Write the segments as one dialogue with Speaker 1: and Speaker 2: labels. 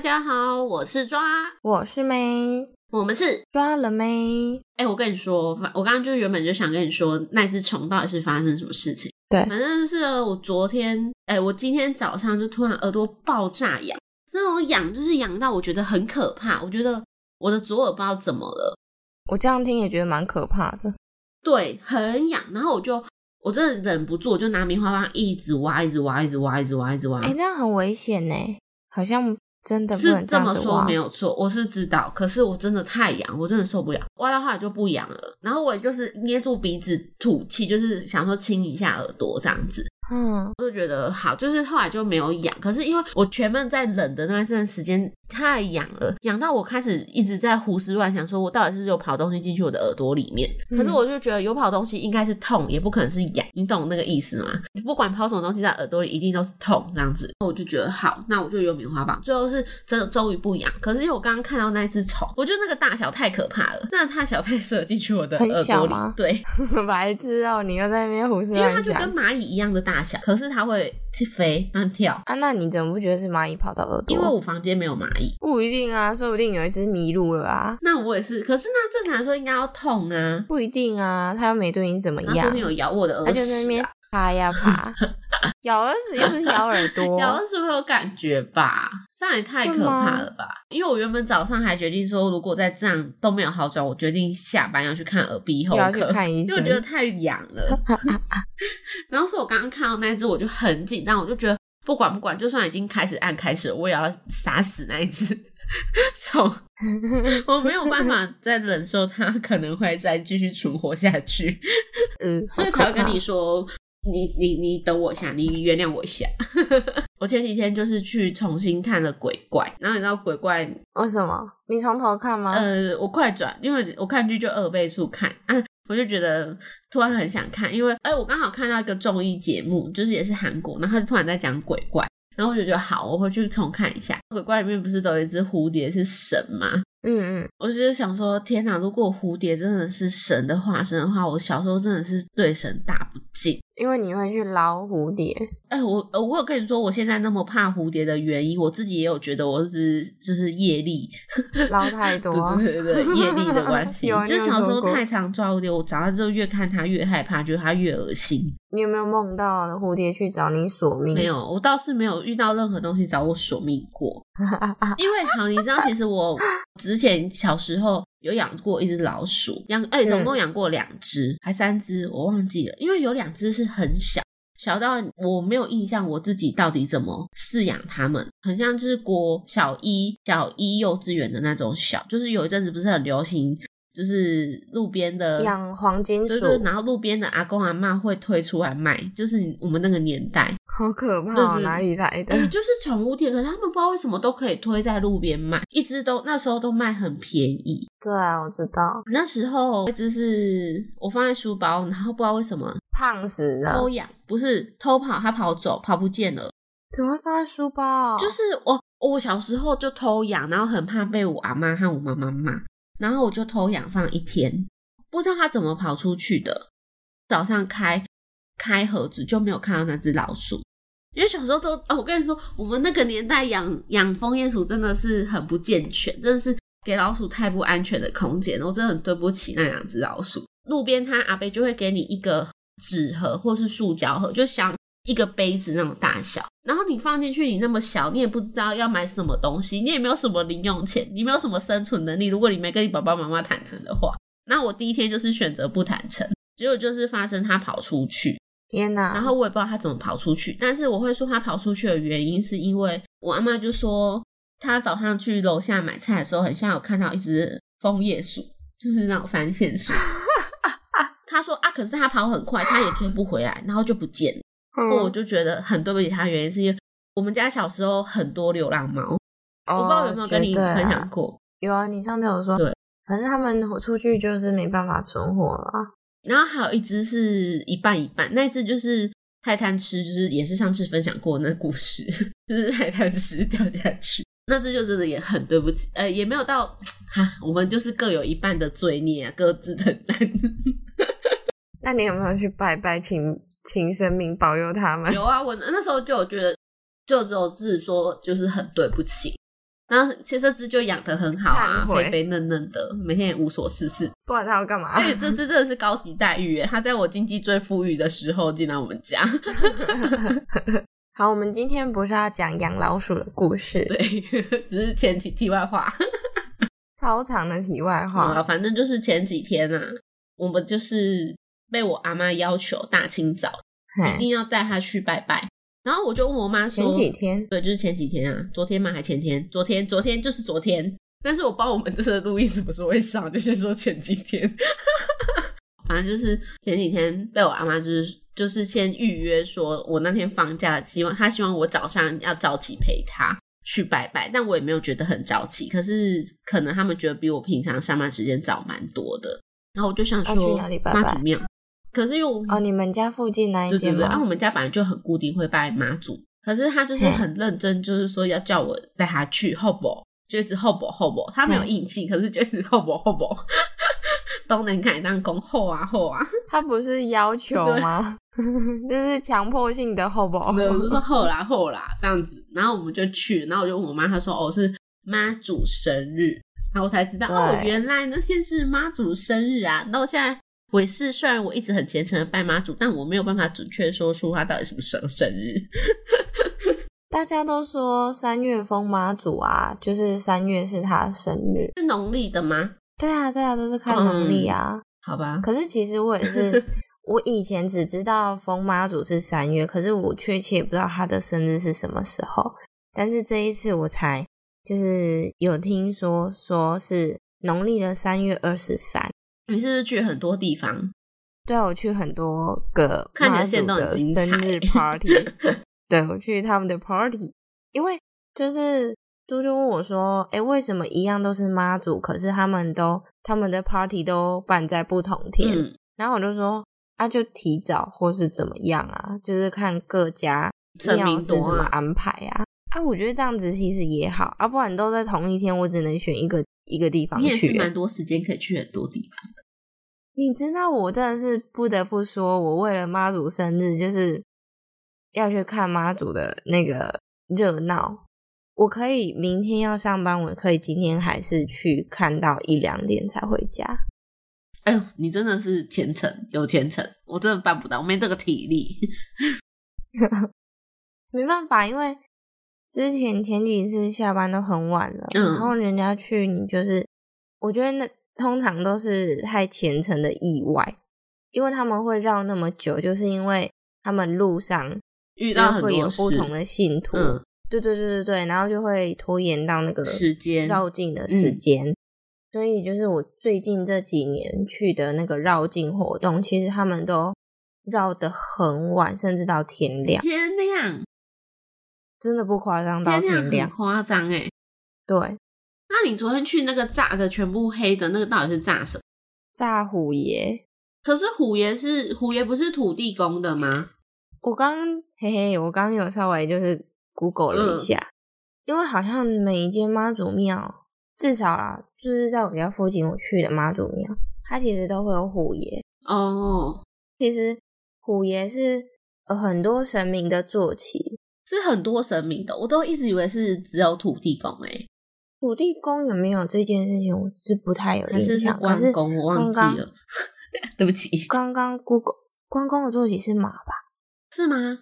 Speaker 1: 家好，我是抓，
Speaker 2: 我是妹，
Speaker 1: 我们是
Speaker 2: 抓了妹。
Speaker 1: 哎、我跟你说，反我刚刚就原本就想跟你说，那只虫到底是发生什么事情？
Speaker 2: 对
Speaker 1: 反正是呃我昨天，哎、我今天早上就突然耳朵爆炸痒，那种痒就是痒到我觉得很可怕，我觉得我的左耳不知道怎么了，
Speaker 2: 我这样听也觉得蛮可怕的。
Speaker 1: 对，很痒，然后我就我真的忍不住，我就拿棉花棒一直挖，一直挖，一直挖，一直挖，一直挖。
Speaker 2: 哎、这样很危险呢，好像真的不
Speaker 1: 嗯是
Speaker 2: 能
Speaker 1: 这
Speaker 2: 样
Speaker 1: 么
Speaker 2: 子
Speaker 1: 说
Speaker 2: 挖
Speaker 1: 没。有错，我是知道，可是我真的太痒，我真的受不了，挖到后来就不痒了。然后我也就是捏住鼻子吐气，就是想说清一下耳朵这样子，
Speaker 2: 嗯，
Speaker 1: 我就觉得好，就是后来就没有痒。可是因为我全闷在冷的那段时间太痒了，痒到我开始一直在胡思乱想，说我到底是不是有跑东西进去我的耳朵里面。
Speaker 2: 嗯
Speaker 1: 可是我就觉得有跑东西应该是痛，也不可能是痒，你懂那个意思吗？你不管跑什么东西在耳朵里，一定都是痛这样子。我就觉得好，那我就用棉花棒。最后是真的终于不痒，可是因为我刚刚看到那只虫，我觉得那个大小太可怕了，那太小太适合进去我的耳
Speaker 2: 很
Speaker 1: 朵
Speaker 2: 小
Speaker 1: 里
Speaker 2: 吗，
Speaker 1: 对。
Speaker 2: 白痴哦、你又在那边胡思
Speaker 1: 因为它
Speaker 2: 乱
Speaker 1: 就跟
Speaker 2: 想
Speaker 1: 蚂蚁一样的大小，可是它会飞，它跳。
Speaker 2: 啊？那你怎么不觉得是蚂蚁跑到耳朵？
Speaker 1: 因为我房间没有蚂蚁，
Speaker 2: 不一定啊，说不定有一只迷路了啊，
Speaker 1: 那我也是。可是那正常来说应该要痛啊，
Speaker 2: 不一定啊，它又没对你怎么
Speaker 1: 它
Speaker 2: 样
Speaker 1: 说，定有咬我的耳
Speaker 2: 它
Speaker 1: 屎、啊，
Speaker 2: 就在那边爬呀爬，咬耳屎又不是咬耳朵，
Speaker 1: 啊 咬的是会有感觉吧？这样也太可怕了吧！因为我原本早上还决定说，如果再这样都没有好转，我决定下班要去看耳鼻喉
Speaker 2: 又
Speaker 1: 科，
Speaker 2: 要去看医
Speaker 1: 因
Speaker 2: 生
Speaker 1: 为我觉得太痒 了。然后是我刚刚看到那只，我就很紧张，我就觉得不管不管，就算已经开始按开始了，我也要杀死那一只 虫。我没有办法再忍受它可能会再继续存活下去，
Speaker 2: 嗯，
Speaker 1: 所以
Speaker 2: 好
Speaker 1: 才会
Speaker 2: 可怕
Speaker 1: 跟你说，你你你等我一下，你原谅我一下。 我前几天就是去重新看了《鬼怪》，然后你知道《鬼怪》
Speaker 2: 为什么？你从头看吗？
Speaker 1: 呃，我快转，因为我看剧就二倍速看，啊，我就觉得突然很想看，因为哎、我刚好看到一个综艺节目，就是也是韩国，然后他就突然在讲鬼怪，然后我就觉得好，我回去重看一下。鬼怪里面不是都有一只蝴蝶是神吗？
Speaker 2: 嗯嗯，
Speaker 1: 我就是想说，天哪！如果蝴蝶真的是神的化身的话，我小时候真的是对神大不敬。
Speaker 2: 因为你会去捞蝴 蝶，
Speaker 1: 哎、我呃我有跟你说，我现在那么怕蝴蝶的原因，我自己也有觉得我是就是业力，
Speaker 2: 捞太多啊
Speaker 1: 对对对对，业力的关系，
Speaker 2: 有啊
Speaker 1: 就
Speaker 2: 你有
Speaker 1: 小时候
Speaker 2: 说过
Speaker 1: 太常抓蝴蝶，我长大之后越看它越害怕，觉得它越恶心。
Speaker 2: 你有没有梦到蝴蝶去找你索命？
Speaker 1: 没，有，我倒是没有遇到任何东西找我索命 过，因为好，你知道，其实我之前小时候有养过一只老鼠，养哎、
Speaker 2: 嗯
Speaker 1: 总共养过两只、还三只，我忘记了，因为有两只是很小。小到我没有印象我自己到底怎么饲养它们，很像就是国小一、小一幼稚园的那种小，就是有一阵子不是很流行，就是路边的
Speaker 2: 养黄金
Speaker 1: 就
Speaker 2: 鼠，
Speaker 1: 是然后路边的阿公阿嬷会推出来卖，就是我们那个年代，
Speaker 2: 好可怕、
Speaker 1: 对
Speaker 2: 哦，
Speaker 1: 对
Speaker 2: 哪里来的
Speaker 1: 哎、？就是宠物店，可是他们不知道为什么都可以推在路边卖，一只都那时候都卖很便宜。
Speaker 2: 对啊，我知道，
Speaker 1: 那时候一只是我放在书包，然后不知道为什么
Speaker 2: 胖死
Speaker 1: 偷
Speaker 2: 了，
Speaker 1: 养，不是偷跑，它跑走，跑不见了。
Speaker 2: 怎么会放在书包？
Speaker 1: 就是我我小时候就偷养，然后很怕被我阿妈和我妈妈骂，然后我就偷养放一天，不知道它怎么跑出去的。早上开开盒子就没有看到那只老鼠，因为小时候都、哦、我跟你说，我们那个年代养养枫叶鼠真的是很不健全，真的是给老鼠太不安全的空间了，我真的很对不起那两只老鼠。路边摊阿伯就会给你一个纸盒或是塑胶盒，就像一个杯子那种大小，然后你放进去，你那么小，你也不知道要买什么东西，你也没有什么零用钱，你没有什么生存能力。如果你没跟你爸爸妈妈谈成的话，那我第一天就是选择不谈成，结果就是发生他跑出去，
Speaker 2: 天哪！
Speaker 1: 然后我也不知道他怎么跑出去，但是我会说他跑出去的原因是因为我阿妈就说她早上去楼下买菜的时候，很像有看到一只枫叶鼠，就是那种三线 鼠。她说啊，可是它跑很快，它也追不回来，然后就不见了。
Speaker 2: 嗯
Speaker 1: 哦我就觉得很对不起它，原因是因为我们家小时候很多流浪猫，我不知道有没有跟你
Speaker 2: 哦绝对啊
Speaker 1: 分享过。
Speaker 2: 有啊，你上次有说，
Speaker 1: 对，
Speaker 2: 反正他们出去就是没办法存活了啊。
Speaker 1: 然后还有一只是一半一半，那一只就是泰坦吃，就是也是上次分享过的那故事， 就是泰坦吃掉下去。那只就真的也很对不起，呃，也没有到哈，我们就是各有一半的罪孽啊，各自承 担。
Speaker 2: 那你有没有去拜拜，请请神明保佑他们？
Speaker 1: 有啊，我那时候就有觉得，就只有自己说就是很对不起。然后其实这只就养得很好啊，
Speaker 2: 忏悔
Speaker 1: 肥肥嫩嫩的，每天也无所事事。
Speaker 2: 不管他要干嘛
Speaker 1: 而。且这只真的是高级待遇耶，它在我经济最富裕的时候进来我们家。
Speaker 2: 好，我们今天不是要讲养老鼠的故事，
Speaker 1: 对， 只是前提题外话。
Speaker 2: 超长的题 外
Speaker 1: 好啊了，
Speaker 2: 话。
Speaker 1: 反正就是前几天啊，我们就是被我阿妈要求大清早一
Speaker 2: 嘿，
Speaker 1: 定要带她去拜拜，然后我就问我妈说，嗯
Speaker 2: 前几天
Speaker 1: 对，就是前几天啊，昨天吗？还前天？昨天，昨天就是昨天。但是我不知道我们这次录音什么时候会上，就先说前几天。 反正就是前几天被我阿妈就是就是先预约说，我那天放假，希望她希望我早上要早起陪她去拜拜，但我也没有觉得很早起，可是可能他们觉得比我平常上班时间早蛮多的，然后我就想
Speaker 2: 要
Speaker 1: 说
Speaker 2: 去哪里拜
Speaker 1: 妈
Speaker 2: 拜
Speaker 1: 祖庙，可是因为我
Speaker 2: 哦，你们家附近那一
Speaker 1: 对对
Speaker 2: 间
Speaker 1: 对，啊，我
Speaker 2: 吗？
Speaker 1: 们家本来就很固定会拜妈祖，可是他就是
Speaker 2: 嘿
Speaker 1: 很认真，就是说要叫我带他去后补，就一直后补后补，他没有
Speaker 2: 嘿
Speaker 1: 硬性，可是就一直后补后 补，都能看当恭候啊候啊，
Speaker 2: 他不是要求吗？ 就是强迫性的，好不好？
Speaker 1: 对，我就说后啦后啦这样子，然后我们就去，然后我就问我妈，她说哦是妈祖生日，然后我才知道
Speaker 2: 对
Speaker 1: 哦原来那天是妈祖生日啊，那我现在。我也是，虽然我一直很虔诚的拜妈祖，但我没有办法准确说出他到底什么时候生日。
Speaker 2: 大家都说三月风妈祖啊，就是三月是他的生日。
Speaker 1: 是农历的吗？
Speaker 2: 对啊，对啊，都是看农历
Speaker 1: 嗯
Speaker 2: 啊。
Speaker 1: 好吧，
Speaker 2: 可是其实我也 是，我以前只知道风妈祖是三月，可是我确切也不知道他的生日是什么时候。但是这一次我才就是有听说，说是农历的三月二十三。
Speaker 1: 你是不是去很多地方？
Speaker 2: 对啊，我去很多个
Speaker 1: 看你的
Speaker 2: 妈祖
Speaker 1: 线都很
Speaker 2: 的
Speaker 1: 精彩
Speaker 2: 生日 party，对我去他们的 party，因为就是嘟嘟问我说：“哎、为什么一样都是妈祖，可是他们都他们的 party 都办在不同天？”
Speaker 1: 嗯，
Speaker 2: 然后我就说：“啊，就提早或是怎么样啊，就是看各家
Speaker 1: 神
Speaker 2: 庙
Speaker 1: 明
Speaker 2: 是
Speaker 1: 多
Speaker 2: 怎么
Speaker 1: 啊
Speaker 2: 安排啊。”啊，我觉得这样子其实也好啊，不然都在同一天，我只能选一个一个地方
Speaker 1: 你也
Speaker 2: 去
Speaker 1: 是
Speaker 2: 欸、
Speaker 1: 蛮多时间可以去很多地方。
Speaker 2: 你知道，我真的是不得不说，我为了妈祖生日，就是要去看妈祖的那个热闹。我可以明天要上班，我可以今天还是去看到一两点才回家。
Speaker 1: 哎呦，你真的是虔诚，有虔诚，我真的办不到，我没这个体力。
Speaker 2: 没办法，因为之前前几次下班都很晚了，
Speaker 1: 嗯
Speaker 2: 然后人家去，你就是我觉得那通常都是太虔诚的意外，因为他们会绕那么久，就是因为他们路上
Speaker 1: 遇
Speaker 2: 就
Speaker 1: 到很
Speaker 2: 会有
Speaker 1: 多事
Speaker 2: 不，同的信徒，
Speaker 1: 嗯，
Speaker 2: 对对对对对，然后就会拖延到那个
Speaker 1: 时间嗯
Speaker 2: 绕境的时间。所以就是我最近这几年去的那个绕境活动，其实他们都绕得很晚，甚至到天亮，
Speaker 1: 天亮，
Speaker 2: 真的不夸张，到
Speaker 1: 天
Speaker 2: 天
Speaker 1: 亮很
Speaker 2: 亮。
Speaker 1: 夸张哎。
Speaker 2: 对，
Speaker 1: 那你昨天去那个炸的全部黑的那个到底是炸什么？
Speaker 2: 炸虎爷，
Speaker 1: 可是虎爷是虎爷不是土地公的吗？
Speaker 2: 我刚嘿嘿，我刚有稍微就是 Google
Speaker 1: 嗯
Speaker 2: 了一下，因为好像每一间妈祖庙，至少啦，就是在我家附近我去的妈祖庙，它其实都会有虎爷。
Speaker 1: 哦，
Speaker 2: 其实虎爷是呃很多神明的坐骑，
Speaker 1: 是很多神明的，我都一直以为是只有土地公哎，
Speaker 2: 土地公有没有这件事情，我是不太有
Speaker 1: 还是是
Speaker 2: 印象。可
Speaker 1: 关
Speaker 2: 是
Speaker 1: 公？我忘记
Speaker 2: 刚刚
Speaker 1: 了， 对不起。
Speaker 2: 刚刚 Google 关公的坐骑是马吧？
Speaker 1: 是吗？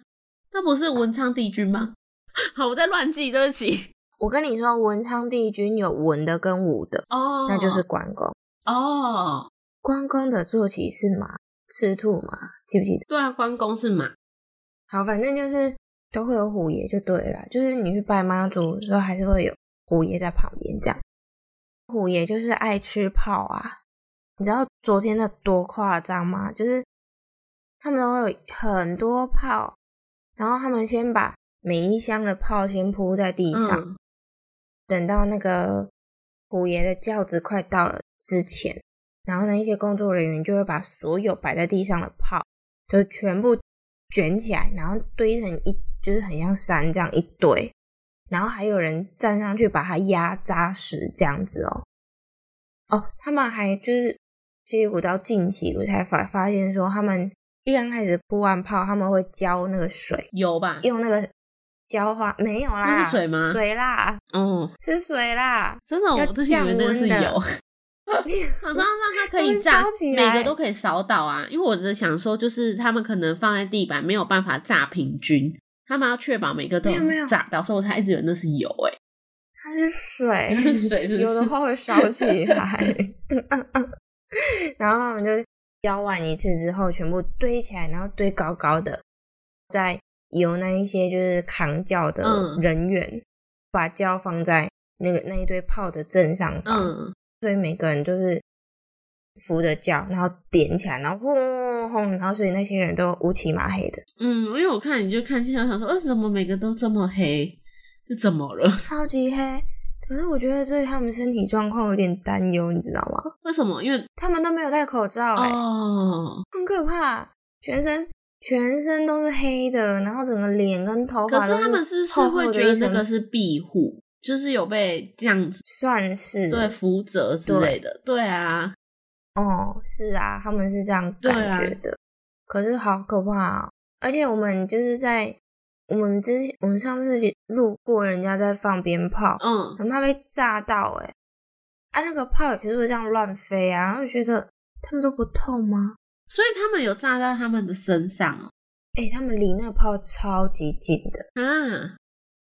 Speaker 1: 那不是文昌帝君吗？ 好，我在乱记，对不起。
Speaker 2: 我跟你说，文昌帝君有文的跟武的，
Speaker 1: 哦
Speaker 2: 那就是关公。
Speaker 1: 哦，
Speaker 2: 关公的坐骑是马，赤兔马，记不记得？
Speaker 1: 对啊，关公是马，
Speaker 2: 好，反正就是都会有虎爷就对了啦，就是你去拜妈祖的时候，还是会有虎爷在旁边这样。虎爷就是爱吃炮啊，你知道昨天那多夸张吗？就是他们都会有很多炮，然后他们先把每一箱的炮先铺在地上，
Speaker 1: 嗯，
Speaker 2: 等到那个虎爷的轿子快到了之前，然后呢，一些工作人员就会把所有摆在地上的炮，就全部卷起来，然后堆成一，就是很像山这样一堆，然后还有人站上去把它压扎实这样子哦。哦，他们还就是，其实我到近期我才发发现说，他们一刚开始铺完炮，他们会浇那个水，
Speaker 1: 有吧？
Speaker 2: 用那个浇花没有啦，
Speaker 1: 那是水吗
Speaker 2: 水啦，
Speaker 1: 哦，
Speaker 2: 是水啦，
Speaker 1: 真的，
Speaker 2: 要
Speaker 1: 我都以为那是
Speaker 2: 降温 的
Speaker 1: 油。好像让它 可以
Speaker 2: 会
Speaker 1: 炸
Speaker 2: 烧，起来
Speaker 1: 每个都可以烧到啊。因为我只想说，就是他们可能放在地板没有办法炸平均，他们要确保每个都
Speaker 2: 没有没有
Speaker 1: 炸到，所以我才一直以为那是油哎、
Speaker 2: 它是水，
Speaker 1: 水是不是
Speaker 2: 有的话会烧起来。 然后我们就浇完一次之后，全部堆起来，然后堆高高的，再由那一些就是扛轿的
Speaker 1: 嗯
Speaker 2: 人员、把轿放在那个那一堆炮的正上方，
Speaker 1: 嗯，
Speaker 2: 所以每个人就是扶着轿，然后点起来，然后轰轰轰，然后所以那些人都乌漆麻黑的，
Speaker 1: 嗯，因为我看你就看现在想说，呃，怎么每个都这么黑？是怎么了？
Speaker 2: 超级黑。可是我觉得对他们身体状况有点担忧，你知道吗？
Speaker 1: 为什么？因为
Speaker 2: 他们都没有戴口罩、欸，
Speaker 1: 哦，
Speaker 2: 很可怕，全身全身都是黑的，然后整个脸跟头
Speaker 1: 可
Speaker 2: 发
Speaker 1: 是
Speaker 2: 都
Speaker 1: 他们是不是
Speaker 2: 厚
Speaker 1: 会
Speaker 2: 厚的
Speaker 1: 觉得那
Speaker 2: 一层，
Speaker 1: 个是庇护，就是有被这样子
Speaker 2: 算是
Speaker 1: 对福泽之类的，对啊，
Speaker 2: 哦，是啊，他们是这样
Speaker 1: 对
Speaker 2: 感
Speaker 1: 啊
Speaker 2: 觉的。可是好可怕、哦，而且我们就是在我们之我们上次路过人家在放鞭炮，
Speaker 1: 嗯，
Speaker 2: 很怕被炸到哎、啊，那个炮也是会这样乱飞啊，然后就觉得他们都不痛吗？
Speaker 1: 所以他们有炸到他们的身上哦。
Speaker 2: 哎、他们离那个炮超级近的。
Speaker 1: 啊，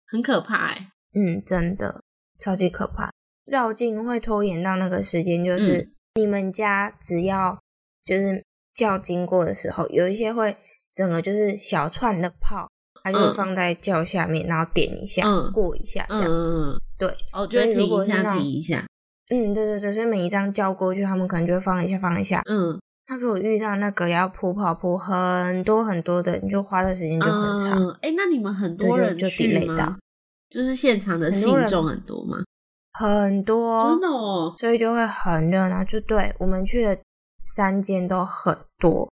Speaker 1: 很可怕哎、
Speaker 2: 嗯，真的超级可怕。绕境会拖延到那个时间，就是、
Speaker 1: 嗯
Speaker 2: 你们家只要就是轿经过的时候，有一些会整个就是小串的炮，它就会
Speaker 1: 嗯
Speaker 2: 放在轿下面，然后点一下，
Speaker 1: 嗯
Speaker 2: 过一下这
Speaker 1: 嗯
Speaker 2: 样子。
Speaker 1: 嗯，嗯
Speaker 2: 对，
Speaker 1: 哦，就会
Speaker 2: 所以如
Speaker 1: 停
Speaker 2: 果
Speaker 1: 一
Speaker 2: 是那
Speaker 1: 下，
Speaker 2: 种
Speaker 1: 停一下，
Speaker 2: 嗯，对对对，所以每一张轿过去，他们可能就会放一下，放一下。
Speaker 1: 嗯，
Speaker 2: 那如果遇到那个要铺炮铺很多很多的，你就花的时间就很长。
Speaker 1: 嗯，哎、那你们很
Speaker 2: 对
Speaker 1: 多
Speaker 2: 就
Speaker 1: 人
Speaker 2: 就
Speaker 1: 去
Speaker 2: delay
Speaker 1: 吗
Speaker 2: 到？
Speaker 1: 就是现场的
Speaker 2: 很
Speaker 1: 信
Speaker 2: 多人
Speaker 1: 众很多吗？
Speaker 2: 很多，
Speaker 1: 真的哦，
Speaker 2: 所以就会很热闹。就对我们去的三间都很多，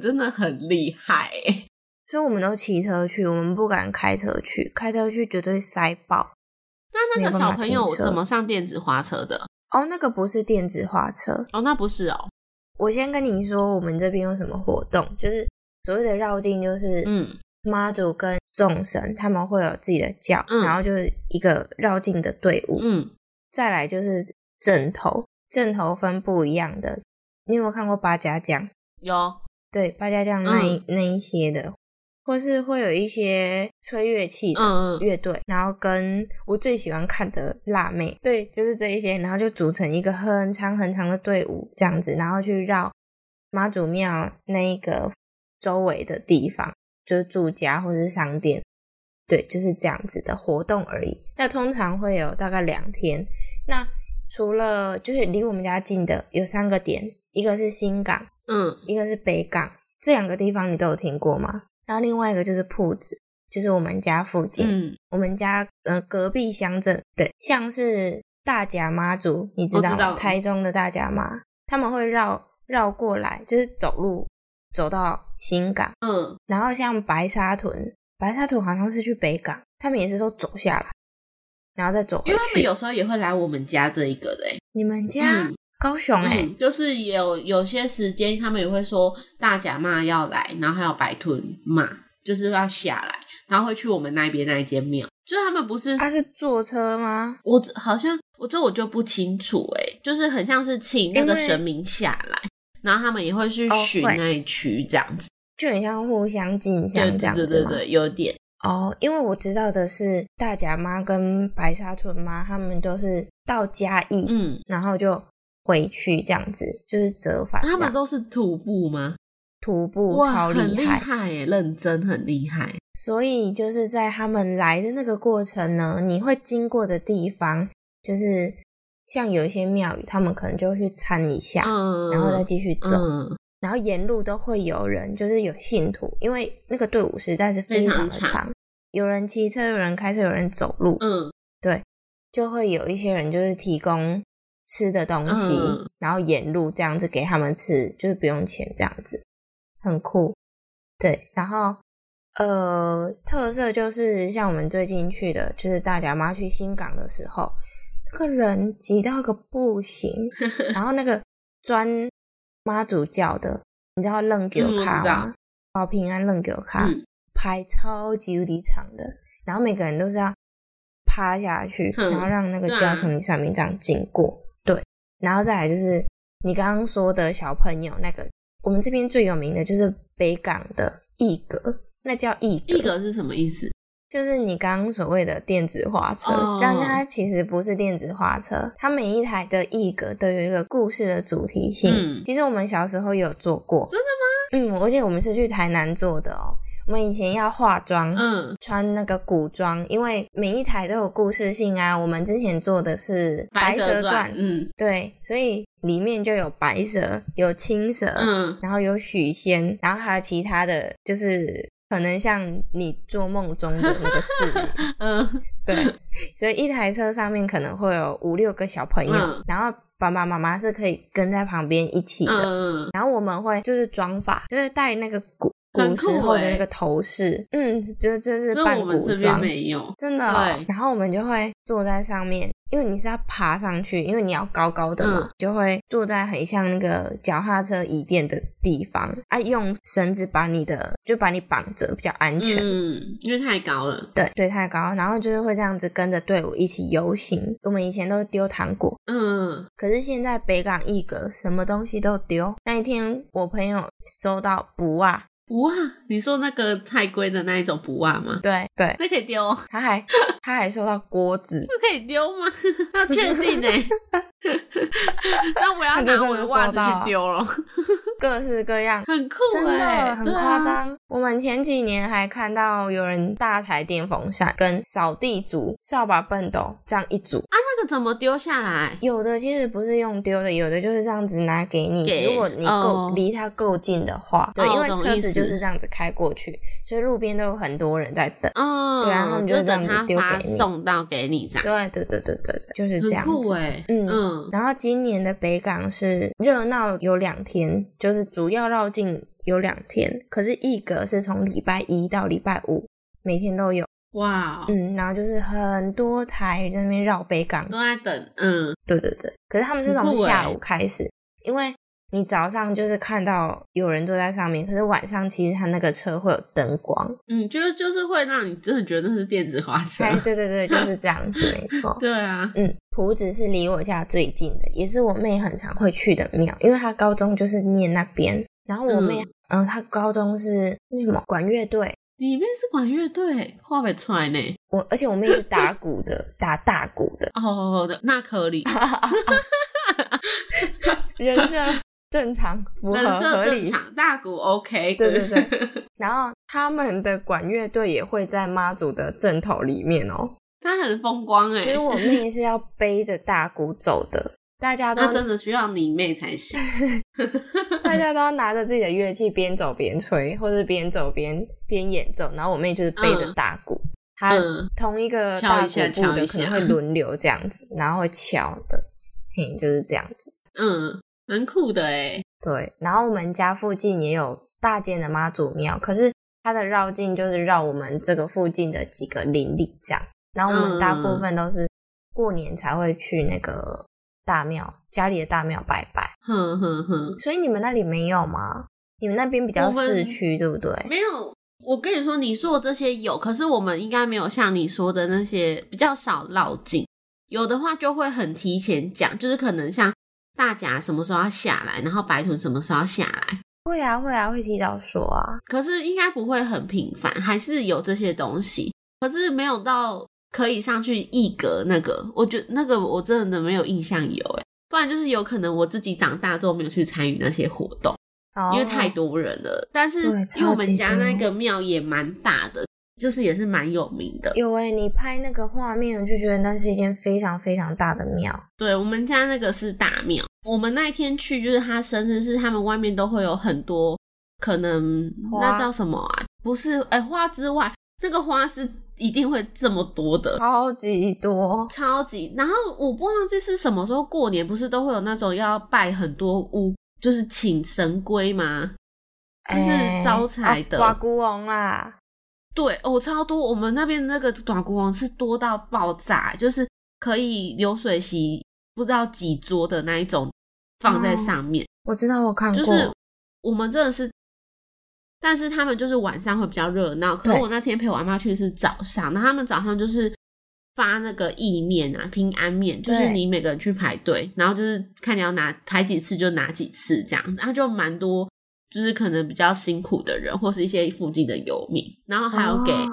Speaker 1: 真的很厉害、欸。
Speaker 2: 所以我们都骑车去，我们不敢开车去，开车去绝对塞爆。
Speaker 1: 那那
Speaker 2: 没有
Speaker 1: 个
Speaker 2: 办
Speaker 1: 小
Speaker 2: 法
Speaker 1: 朋
Speaker 2: 停
Speaker 1: 友
Speaker 2: 车
Speaker 1: 怎么上电子花车的？
Speaker 2: 哦，那个不是电子花车。
Speaker 1: 哦，那不是哦，
Speaker 2: 我先跟你说，我们这边有什么活动，就是所谓的绕境，就是
Speaker 1: 嗯
Speaker 2: 妈祖跟众神他们会有自己的教，
Speaker 1: 嗯
Speaker 2: 然后就是一个绕境的队伍。
Speaker 1: 嗯，
Speaker 2: 再来就是枕头，枕头分不一样的。你有没有看过八家将？
Speaker 1: 有，
Speaker 2: 对八家将那一、那一些的，或是会有一些吹乐器的
Speaker 1: 嗯嗯，
Speaker 2: 乐队，然后跟我最喜欢看的辣妹，对，就是这一些，然后就组成一个很长很长的队伍这样子，然后去绕妈祖庙那一个周围的地方，就是住家或是商店，对，就是这样子的活动而已。那通常会有大概两天，那除了就是离我们家近的有三个点，一个是新港。
Speaker 1: 嗯
Speaker 2: 一个是北港，这两个地方你都有听过吗？然后另外一个就是铺子，就是我们家附近，
Speaker 1: 嗯，
Speaker 2: 我们家呃隔壁乡镇，对，像是大甲妈祖，你知道
Speaker 1: 我知
Speaker 2: 吗？
Speaker 1: 道
Speaker 2: 台中的大甲妈，他们会绕绕过来，就是走路走到新港，
Speaker 1: 嗯
Speaker 2: 然后像白沙屯，白沙屯好像是去北港，他们也是都走下来，然后再走
Speaker 1: 因
Speaker 2: 回
Speaker 1: 为他们
Speaker 2: 去。
Speaker 1: 有时候也会来我们家这一个的、欸，
Speaker 2: 你们家、
Speaker 1: 嗯
Speaker 2: 高雄哎、
Speaker 1: 嗯，就是有有些时间他们也会说大甲妈要来，然后还有白豚妈就是要下来，然后会去我们那边那一间庙，就是他们不是、
Speaker 2: 他、是坐车吗？
Speaker 1: 我只好像我这我就不清楚哎、就是很像是请那
Speaker 2: 因
Speaker 1: 个
Speaker 2: 为
Speaker 1: 神明下来，然后他们也会去
Speaker 2: 哦
Speaker 1: 巡
Speaker 2: 会
Speaker 1: 那一区这样子，
Speaker 2: 就很像互相进
Speaker 1: 对
Speaker 2: 香这
Speaker 1: 对
Speaker 2: 样
Speaker 1: 对
Speaker 2: 子
Speaker 1: 对
Speaker 2: 吗？
Speaker 1: 对，有点
Speaker 2: 哦，因为我知道的是大甲妈跟白沙屯妈，他们都是到嘉义，
Speaker 1: 嗯，
Speaker 2: 然后就回去这样子，就是折返这
Speaker 1: 啊他
Speaker 2: 样。
Speaker 1: 们都是徒步吗？
Speaker 2: 徒步
Speaker 1: 哇，
Speaker 2: 超
Speaker 1: 很
Speaker 2: 厉
Speaker 1: 厉
Speaker 2: 害，
Speaker 1: 害耶，认真很厉害，
Speaker 2: 所以就是在他们来的那个过程呢，你会经过的地方，就是像有一些庙宇，他们可能就会去参一下，
Speaker 1: 嗯，
Speaker 2: 然后再继续走。
Speaker 1: 嗯，
Speaker 2: 然后沿路都会有人，就是有信徒，因为那个队伍实在是非常的
Speaker 1: 非常长
Speaker 2: 有人骑车，有人开车，有人走路，
Speaker 1: 嗯
Speaker 2: 就会有一些人就是提供吃的东西，
Speaker 1: 嗯
Speaker 2: 然后沿路这样子给他们吃，就是不用钱这样子，很酷。对，然后呃，特色就是像我们最近去的，就是大甲妈去新港的时候，那个人挤到一个 不行，然后那个专妈祖教的，你知道愣给
Speaker 1: 嗯我
Speaker 2: 卡
Speaker 1: 知道
Speaker 2: 啊吗？保平安愣给卡、
Speaker 1: 嗯
Speaker 2: 排超级无敌长的，然后每个人都是要趴下去，
Speaker 1: 嗯
Speaker 2: 然后让那个
Speaker 1: 对啊
Speaker 2: 教从你上面这样经过。
Speaker 1: 啊
Speaker 2: 对，然后再来就是你刚刚说的小朋友那个，我们这边最有名的就是北港的一格，那叫一格，
Speaker 1: 一格是什么意思？
Speaker 2: 就是你刚刚所谓的电子花车，
Speaker 1: 哦
Speaker 2: 但是它其实不是电子花车，它每一台的一格都有一个故事的主题性。
Speaker 1: 嗯
Speaker 2: 其实我们小时候也有做过，
Speaker 1: 真
Speaker 2: 的吗？嗯，而且我们是去台南做的哦。我们以前要化妆，
Speaker 1: 嗯，
Speaker 2: 穿那个古装，因为每一台都有故事性啊。我们之前做的是《白
Speaker 1: 蛇
Speaker 2: 蛇传》
Speaker 1: 嗯
Speaker 2: 对，所以里面就有白蛇，有青蛇，
Speaker 1: 嗯，
Speaker 2: 然后有许仙，然后还有其他的，就是可能像你做梦中的那个侍 女，
Speaker 1: 嗯，
Speaker 2: 对，所以一台车上面可能会有五六个小朋友，
Speaker 1: 嗯
Speaker 2: 然后爸爸妈妈是可以跟在旁边一起的，
Speaker 1: 嗯，
Speaker 2: 然后我们会就是装法，就是戴那个古
Speaker 1: 很
Speaker 2: 古
Speaker 1: 酷
Speaker 2: 时候的
Speaker 1: 欸
Speaker 2: 那个头饰，嗯，就就是
Speaker 1: 这
Speaker 2: 扮
Speaker 1: 我们
Speaker 2: 古
Speaker 1: 这边
Speaker 2: 装。
Speaker 1: 没有，
Speaker 2: 真的哦、
Speaker 1: 对
Speaker 2: 然后我们就会坐在上面，因为你是要爬上去，因为你要高高的
Speaker 1: 嗯
Speaker 2: 嘛，就会坐在很像那个脚踏车椅垫的地方啊，用绳子把你的就把你绑着，比较安全。
Speaker 1: 嗯，因为太高了，
Speaker 2: 对对，太高，然后就是会这样子跟着队伍一起游行。我们以前都是丢糖果，
Speaker 1: 嗯，
Speaker 2: 可是现在北港一格什么东西都丢。那一天我朋友收到布袜，
Speaker 1: 不啊，你说那个菜龟的那一种不啊吗？
Speaker 2: 对对，
Speaker 1: 那可以丢哦，
Speaker 2: 他还他还收到锅子，
Speaker 1: 这可以丢吗？ 要确定 呢、那我要
Speaker 2: 他就
Speaker 1: 拿
Speaker 2: 真
Speaker 1: 我
Speaker 2: 的
Speaker 1: 的
Speaker 2: 收
Speaker 1: 袜子
Speaker 2: 到
Speaker 1: 去丢 了，
Speaker 2: 各式各样。
Speaker 1: 很酷、欸，
Speaker 2: 真的很
Speaker 1: 对啊
Speaker 2: 夸张、我们前几年还看到有人大台电风扇跟扫地组、扫把笨斗这样一组。
Speaker 1: 啊！那个怎么丢下来？
Speaker 2: 有的其实不是用丢的，有的就是这样子拿给你。
Speaker 1: 给
Speaker 2: 如果你够、
Speaker 1: 哦
Speaker 2: 离它够近的话，对，
Speaker 1: 哦
Speaker 2: 因为
Speaker 1: 懂
Speaker 2: 车
Speaker 1: 意
Speaker 2: 子
Speaker 1: 思
Speaker 2: 就是这样子开过去，所以路边都有很多人在等。
Speaker 1: 嗯，
Speaker 2: 对啊他们就
Speaker 1: 就
Speaker 2: 这样
Speaker 1: 等
Speaker 2: 子
Speaker 1: 他
Speaker 2: 丢
Speaker 1: 发
Speaker 2: 给你
Speaker 1: 送到给你这样，
Speaker 2: 对对对对对对，就是这
Speaker 1: 很
Speaker 2: 样
Speaker 1: 酷
Speaker 2: 子。
Speaker 1: 哎、
Speaker 2: 嗯
Speaker 1: 嗯
Speaker 2: 然后今年的北港是热闹有两天，就是主要绕境有两天，可是一格是从礼拜一到礼拜五，每天都有。
Speaker 1: 哇，哦
Speaker 2: 嗯，然后就是很多台在那边绕北港，
Speaker 1: 都在等，嗯
Speaker 2: 对对对。可是他们是
Speaker 1: 很
Speaker 2: 从
Speaker 1: 酷欸
Speaker 2: 下午开始，因为你早上就是看到有人坐在上面，可是晚上其实它那个车会有灯光。
Speaker 1: 嗯，就是就是会让你真的觉得那是电子花车，
Speaker 2: 哎，对对对，就是这样子，没 错。
Speaker 1: 对啊，
Speaker 2: 嗯，埔子是离我家最近的，也是我妹很常会去的庙，因为她高中就是念那边。然后我妹，嗯、她高中是那什么管乐队，
Speaker 1: 里面是管乐队，画不出来呢，
Speaker 2: 我而且我妹是打鼓 的，打大鼓的，
Speaker 1: 哦，那可 以，
Speaker 2: 人设正常，符合
Speaker 1: 人
Speaker 2: 合
Speaker 1: 设正
Speaker 2: 理。
Speaker 1: 常，大鼓 OK，
Speaker 2: 对 对对，然后他们的管乐队也会在妈祖的正头里面哦，
Speaker 1: 他很风光哎、
Speaker 2: 所以我妹是要背着大鼓走的，大 家都
Speaker 1: 他啊真的需要你妹才 行，
Speaker 2: 大家都要拿着自己的乐器边走边吹，或是边走边边演奏。然后我妹就是背着大鼓，她
Speaker 1: 嗯
Speaker 2: 同一个
Speaker 1: 敲
Speaker 2: 大
Speaker 1: 一
Speaker 2: 鼓
Speaker 1: 下
Speaker 2: 部
Speaker 1: 敲
Speaker 2: 的
Speaker 1: 一
Speaker 2: 可能
Speaker 1: 下
Speaker 2: 会轮流这样子，然后会敲的，嘿，就是这样子。
Speaker 1: 嗯，蛮酷的哎、
Speaker 2: 对，然后我们家附近也有大间的妈祖庙，可是它的绕境就是绕我们这个附近的几个邻里这样。然后我
Speaker 1: 嗯
Speaker 2: 们大部分都是过年才会去那个大庙，家里的大庙拜拜。
Speaker 1: 哼哼哼，
Speaker 2: 所以你们那里没有吗？你们那边比较
Speaker 1: 我们
Speaker 2: 市区，对不对？
Speaker 1: 没有。我跟你说，你说的这些有，可是我们应该没有像你说的那些比较少绕境，有的话就会很提前讲，就是可能像大甲什么时候要下来，然后白豚什么时候要下来，
Speaker 2: 会啊，会啊，会提早说啊。
Speaker 1: 可是应该不会很频繁，还是有这些东西，可是没有到可以上去一格那个，我觉得那个我真的没有印象有哎，不然就是有可能我自己长大之后没有去参与那些活动。
Speaker 2: 哦
Speaker 1: 因为太多人了。但是
Speaker 2: 对
Speaker 1: 因为我
Speaker 2: 超级
Speaker 1: 们家
Speaker 2: 多
Speaker 1: 那个庙也蛮大的，就是也是蛮有名的。
Speaker 2: 有哎、你拍那个画面，我就觉得那是一间非常非常大的庙。
Speaker 1: 对我们家那个是大庙，我们那一天去就是他生日，是他们外面都会有很多可能
Speaker 2: 花
Speaker 1: 那叫什么啊？不是哎、花之外，那个花是一定会这么多的。
Speaker 2: 超级多，
Speaker 1: 超级，然后我不忘记是什么时候过年，不是都会有那种要拜很多屋，就是请神龟吗？就是
Speaker 2: 哎
Speaker 1: 招财的
Speaker 2: 啊花姑翁啦，
Speaker 1: 对哦，超多！我们那边那个短国王是多到爆炸，欸就是可以流水席不知道几桌的那一种放在上面，
Speaker 2: 我知道我看过，
Speaker 1: 就是我们真的是但是他们就是晚上会比较热闹。可是
Speaker 2: 对
Speaker 1: 我那天陪我阿妈去是早上，那他们早上就是发那个意面啊、平安面，就是
Speaker 2: 对
Speaker 1: 你每个人去排队，然后就是看你要拿排几次就拿几次这样子，然后就蛮多。就是可能比较辛苦的人，或是一些附近的游民，然后还有给、
Speaker 2: 哦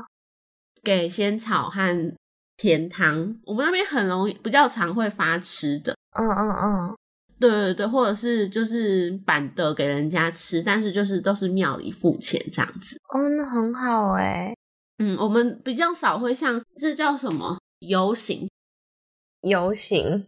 Speaker 1: 给仙草和甜汤。我们那边很容易比较常会发吃的，
Speaker 2: 嗯嗯嗯，
Speaker 1: 对对对，或者是就是板的给人家吃，但是就是都是庙里付钱这样子。
Speaker 2: 哦，那很好哎、
Speaker 1: 嗯，我们比较少会像这叫什么游行
Speaker 2: 游行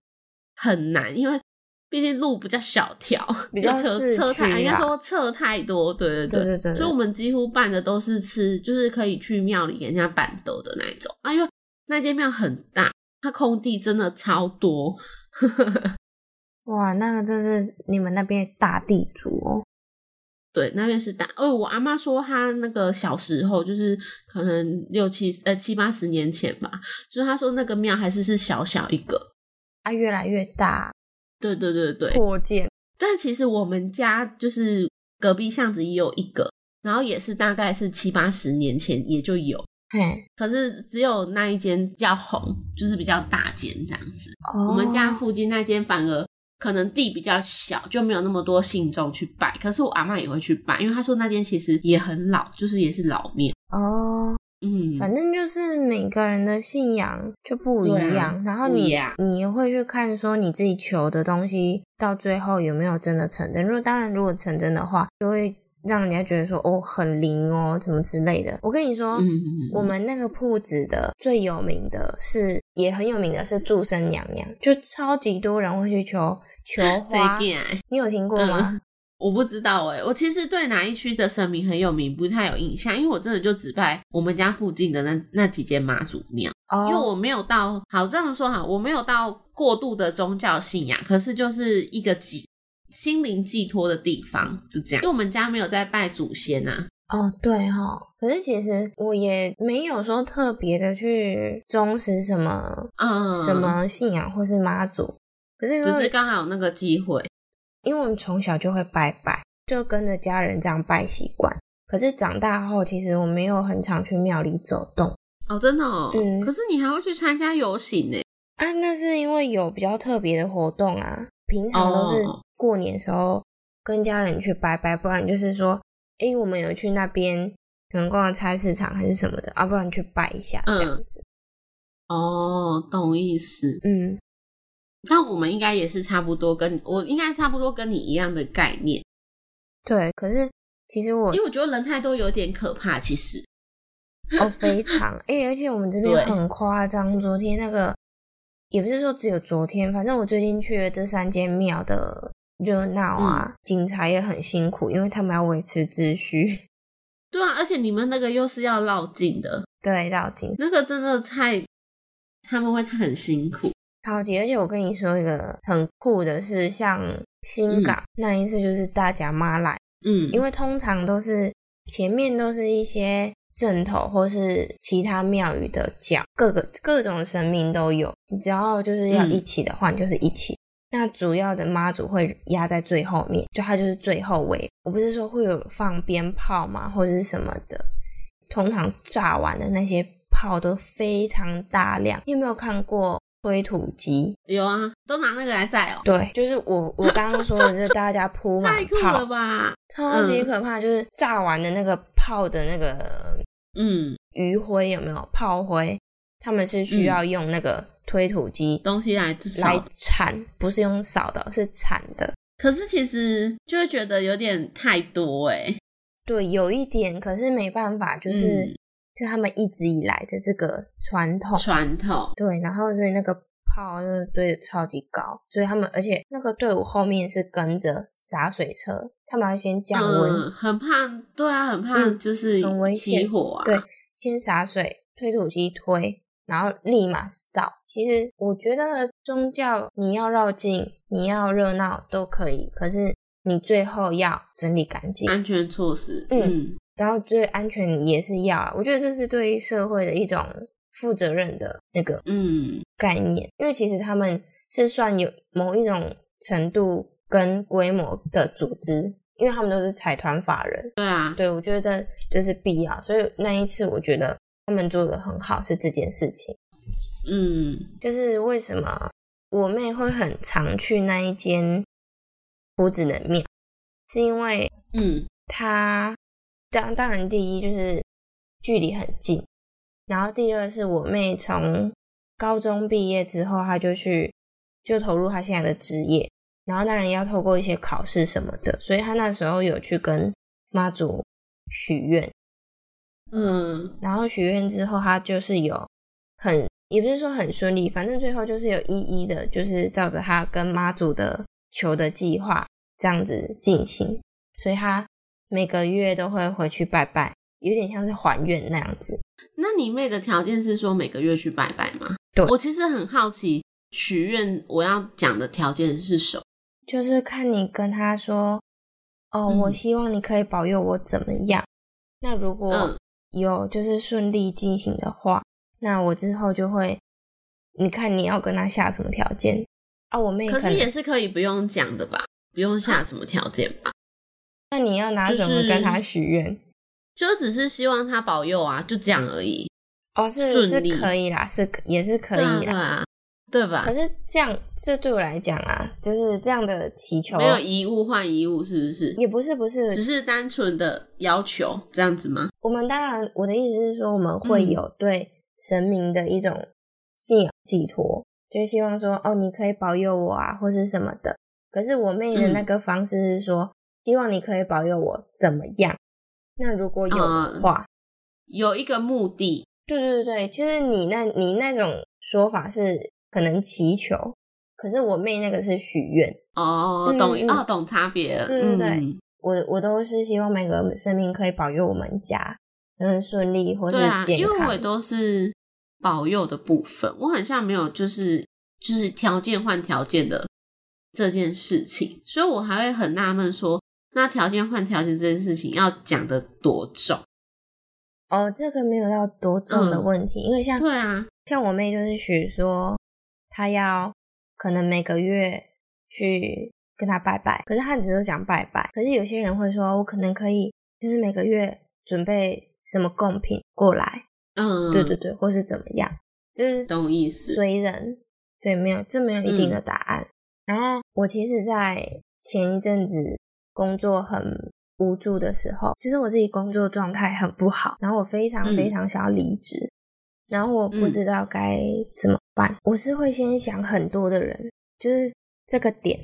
Speaker 1: 很难，因为毕竟路比较小条，
Speaker 2: 比较
Speaker 1: 就
Speaker 2: 市
Speaker 1: 车车
Speaker 2: 区
Speaker 1: 太，
Speaker 2: 啊
Speaker 1: 应该说车太多，对对
Speaker 2: 对对对对
Speaker 1: 所以我们几乎办的都是吃，就是可以去庙里给人家板豆的那一种啊，因为那间庙很大，它空地真的超多，
Speaker 2: 哇，那个真是你们那边的大地主哦。
Speaker 1: 对，那边是大。哦，我阿妈说她那个小时候，就是可能六七呃七八十年前吧，就是她说那个庙还是是小小一个。
Speaker 2: 啊，越来越大，
Speaker 1: 对对对对，
Speaker 2: 扩建
Speaker 1: 但其实我们家就是隔壁巷子也有一个，然后也是大概是七八十年前也就有，
Speaker 2: 嘿，
Speaker 1: 可是只有那一间比较红，就是比较大间这样子。
Speaker 2: 哦，
Speaker 1: 我们家附近那间反而可能地比较小，就没有那么多信众去拜。可是我阿妈也会去拜，因为她说那间其实也很老，就是也是老庙。
Speaker 2: 哦，
Speaker 1: 嗯，
Speaker 2: 反正就是每个人的信仰就不一
Speaker 1: 对
Speaker 2: 样，
Speaker 1: 啊
Speaker 2: 然后
Speaker 1: 不一
Speaker 2: 你
Speaker 1: 样
Speaker 2: 你会去看说你自己求的东西到最后有没有真的成真。如果当然如果成真的话，就会让人家觉得说哦很灵哦什么之类的。我跟你说，
Speaker 1: 嗯，嗯
Speaker 2: 我们那个铺子的最有名的是也很有名的是祝生娘娘，就超级多人会去求求花
Speaker 1: 随，便、欸，
Speaker 2: 你有听过
Speaker 1: 嗯
Speaker 2: 吗？
Speaker 1: 我不知道哎、我其实对哪一区的神明很有名，不太有印象，因为我真的就只拜我们家附近的那那几间妈祖庙，
Speaker 2: 哦，
Speaker 1: 嗯因为我没有到好这样说哈，我没有到过度的宗教信仰，可是就是一个寄心灵寄托的地方，就这样。因为我们家没有在拜祖先呐、啊，
Speaker 2: 哦，对哦，可是其实我也没有说特别的去忠实什么、
Speaker 1: 嗯，
Speaker 2: 什，么信仰或是妈祖，可是因
Speaker 1: 只是
Speaker 2: 为
Speaker 1: 刚好有那个机会，
Speaker 2: 因为我们从小就会拜拜，就跟着家人这样拜习惯。可是长大后，其实我没有很常去庙里走动
Speaker 1: 哦，真的哦，
Speaker 2: 嗯
Speaker 1: 可是你还会去参加游行欸呢、
Speaker 2: 啊，那是因为有比较特别的活动啊，平常都是
Speaker 1: 哦
Speaker 2: 过年时候跟家人去拜拜，不然就是说，诶，我们有去那边可能逛菜市场还是什么的，啊，不然去拜一下这样
Speaker 1: 嗯
Speaker 2: 子，
Speaker 1: 哦，懂意思。
Speaker 2: 嗯
Speaker 1: 那我们应该也是差不多跟，我应该差不多跟你一样的概念，
Speaker 2: 对，可是其实我
Speaker 1: 因为我觉得人太多有点可怕。其实，
Speaker 2: 哦非常哎、而且我们这
Speaker 1: 对
Speaker 2: 边很夸张。昨天那个也不是说只有昨天，反正我最近去了这三间庙的热闹啊，
Speaker 1: 嗯
Speaker 2: 警察也很辛苦，因为他们要维持秩序，
Speaker 1: 对啊，而且你们那个又是要绕境的，
Speaker 2: 对，绕警
Speaker 1: 那个真的太，他们会很辛苦。
Speaker 2: 超级。而且我跟你说一个很酷的是，像新港、那一次就是大甲妈来，
Speaker 1: 嗯，
Speaker 2: 因为通常都是前面都是一些正头或是其他庙宇的角，各个各种神明都有。你只要就是要
Speaker 1: 嗯
Speaker 2: 一起的话，你就是一起。那主要的妈祖会压在最后面，就它就是最后尾。我不是说会有放鞭炮嘛，或者是什么的，通常炸完的那些炮都非常大量。你有没有看过推土机？
Speaker 1: 有啊，都拿那个来载哦、
Speaker 2: 对，就是我我刚刚说的，就是大家铺满
Speaker 1: 太酷
Speaker 2: 炮
Speaker 1: 了，吧？
Speaker 2: 超级
Speaker 1: 嗯
Speaker 2: 可怕，就是炸完的那个炮的那个
Speaker 1: 嗯，
Speaker 2: 余晖有没有炮灰？他们是需要用那个推土机
Speaker 1: 东西来就是
Speaker 2: 来铲，不是用扫的，是铲的。
Speaker 1: 可是其实就会觉得有点太多哎、
Speaker 2: 对，有一点，可是没办法，就是、
Speaker 1: 嗯
Speaker 2: 就他们一直以来的这个传统。
Speaker 1: 传统
Speaker 2: 对，然后所以那个炮就是堆的超级高，所以他们而且那个队伍后面是跟着洒水车，他们要先降温，
Speaker 1: 嗯，很怕，对啊，很怕
Speaker 2: 嗯
Speaker 1: 就是
Speaker 2: 很危
Speaker 1: 起
Speaker 2: 险
Speaker 1: 火啊，
Speaker 2: 对先洒水，推土机推，然后立马扫。其实我觉得宗教你要绕境，你要热闹都可以，可是你最后要整理干净，
Speaker 1: 安全措施，
Speaker 2: 嗯
Speaker 1: 嗯
Speaker 2: 然后最安全也是要啊。我觉得这是对于社会的一种负责任的那个
Speaker 1: 嗯
Speaker 2: 概念，因为其实他们是算有某一种程度跟规模的组织。因为他们都是财团法人。
Speaker 1: 对啊，
Speaker 2: 对，我觉得这这是必要，所以那一次我觉得他们做的很好是这件事情。
Speaker 1: 嗯，
Speaker 2: 就是为什么我妹会很常去那一间夫子的庙，是因为
Speaker 1: 嗯，
Speaker 2: 它当当然第一就是距离很近，然后第二是我妹从高中毕业之后，她就去就投入她现在的职业，然后当然要透过一些考试什么的，所以她那时候有去跟妈祖许愿，
Speaker 1: 嗯，
Speaker 2: 然后许愿之后，他就是有很，也不是说很顺利，反正最后就是有一一的，就是照着他跟妈祖的求的计划这样子进行，所以他每个月都会回去拜拜，有点像是还愿那样子。
Speaker 1: 那你妹的条件是说每个月去拜拜吗？
Speaker 2: 对
Speaker 1: 我其实很好奇，许愿我要讲的条件是什么？
Speaker 2: 就是看你跟他说，哦，
Speaker 1: 嗯
Speaker 2: 我希望你可以保佑我怎么样。那如果
Speaker 1: 嗯
Speaker 2: 有就是顺利进行的话，那我之后就会，你看你要跟他下什么条件啊？我妹
Speaker 1: 可
Speaker 2: 能
Speaker 1: 是也是可以不用讲的吧，不用下什么条件吧，
Speaker 2: 那你要拿什么跟他许愿？
Speaker 1: 就只是希望她保佑啊，就这样而已。
Speaker 2: 哦，是是
Speaker 1: 顺利
Speaker 2: 可以啦，是可也是可
Speaker 1: 对啊
Speaker 2: 以
Speaker 1: 对
Speaker 2: 啦。
Speaker 1: 啊，对吧
Speaker 2: 可？是这样，这对我来讲啊，就是这样的祈求
Speaker 1: 没，有遗物换遗物，是不是？
Speaker 2: 也不是不
Speaker 1: 只
Speaker 2: 是。
Speaker 1: 是单纯的要求这样子吗？
Speaker 2: 我们当然，我的意思是说，我们
Speaker 1: 嗯
Speaker 2: 会有对神明的一种信仰寄托，就希望说，哦，你可以保佑我啊，或是什么的。可是我妹的
Speaker 1: 嗯
Speaker 2: 那个方式是说，希望你可以保佑我怎么样？那如果有的
Speaker 1: 嗯
Speaker 2: 话，
Speaker 1: 有一个目的，
Speaker 2: 对对对，就是你那，你那种说法是可能祈求，可是我妹那个是许愿，
Speaker 1: 哦
Speaker 2: 嗯，
Speaker 1: 懂、
Speaker 2: 嗯
Speaker 1: 哦，懂差别了。
Speaker 2: 对对对
Speaker 1: 嗯
Speaker 2: 我我都是希望每个生命可以保佑我们家，嗯，顺利或是
Speaker 1: 对啊，
Speaker 2: 健
Speaker 1: 因为
Speaker 2: 康。
Speaker 1: 我也都是保佑的部分，我很像没有就是就是条件换条件的这件事情，所以我还会很纳闷说，那条件换条件这件事情要讲的多重？
Speaker 2: 哦，这个没有到多重的
Speaker 1: 嗯
Speaker 2: 问题，因为像
Speaker 1: 对啊，
Speaker 2: 像我妹就是许说，她要可能每个月去跟她拜拜，可是她只是讲拜拜。可是有些人会说，我可能可以就是每个月准备什么贡品过来，
Speaker 1: 嗯，
Speaker 2: 对对，对，或是怎么样，就是
Speaker 1: 懂意思。嗯
Speaker 2: 随人，对，没有，这没有一定的答案。然后我其实，在前一阵子工作很无助的时候，就是我自己工作状态很不好，然后我非常
Speaker 1: 嗯
Speaker 2: 非常想要离职，然后我不知道该怎么办。我是会先想很多的人，就是这个点，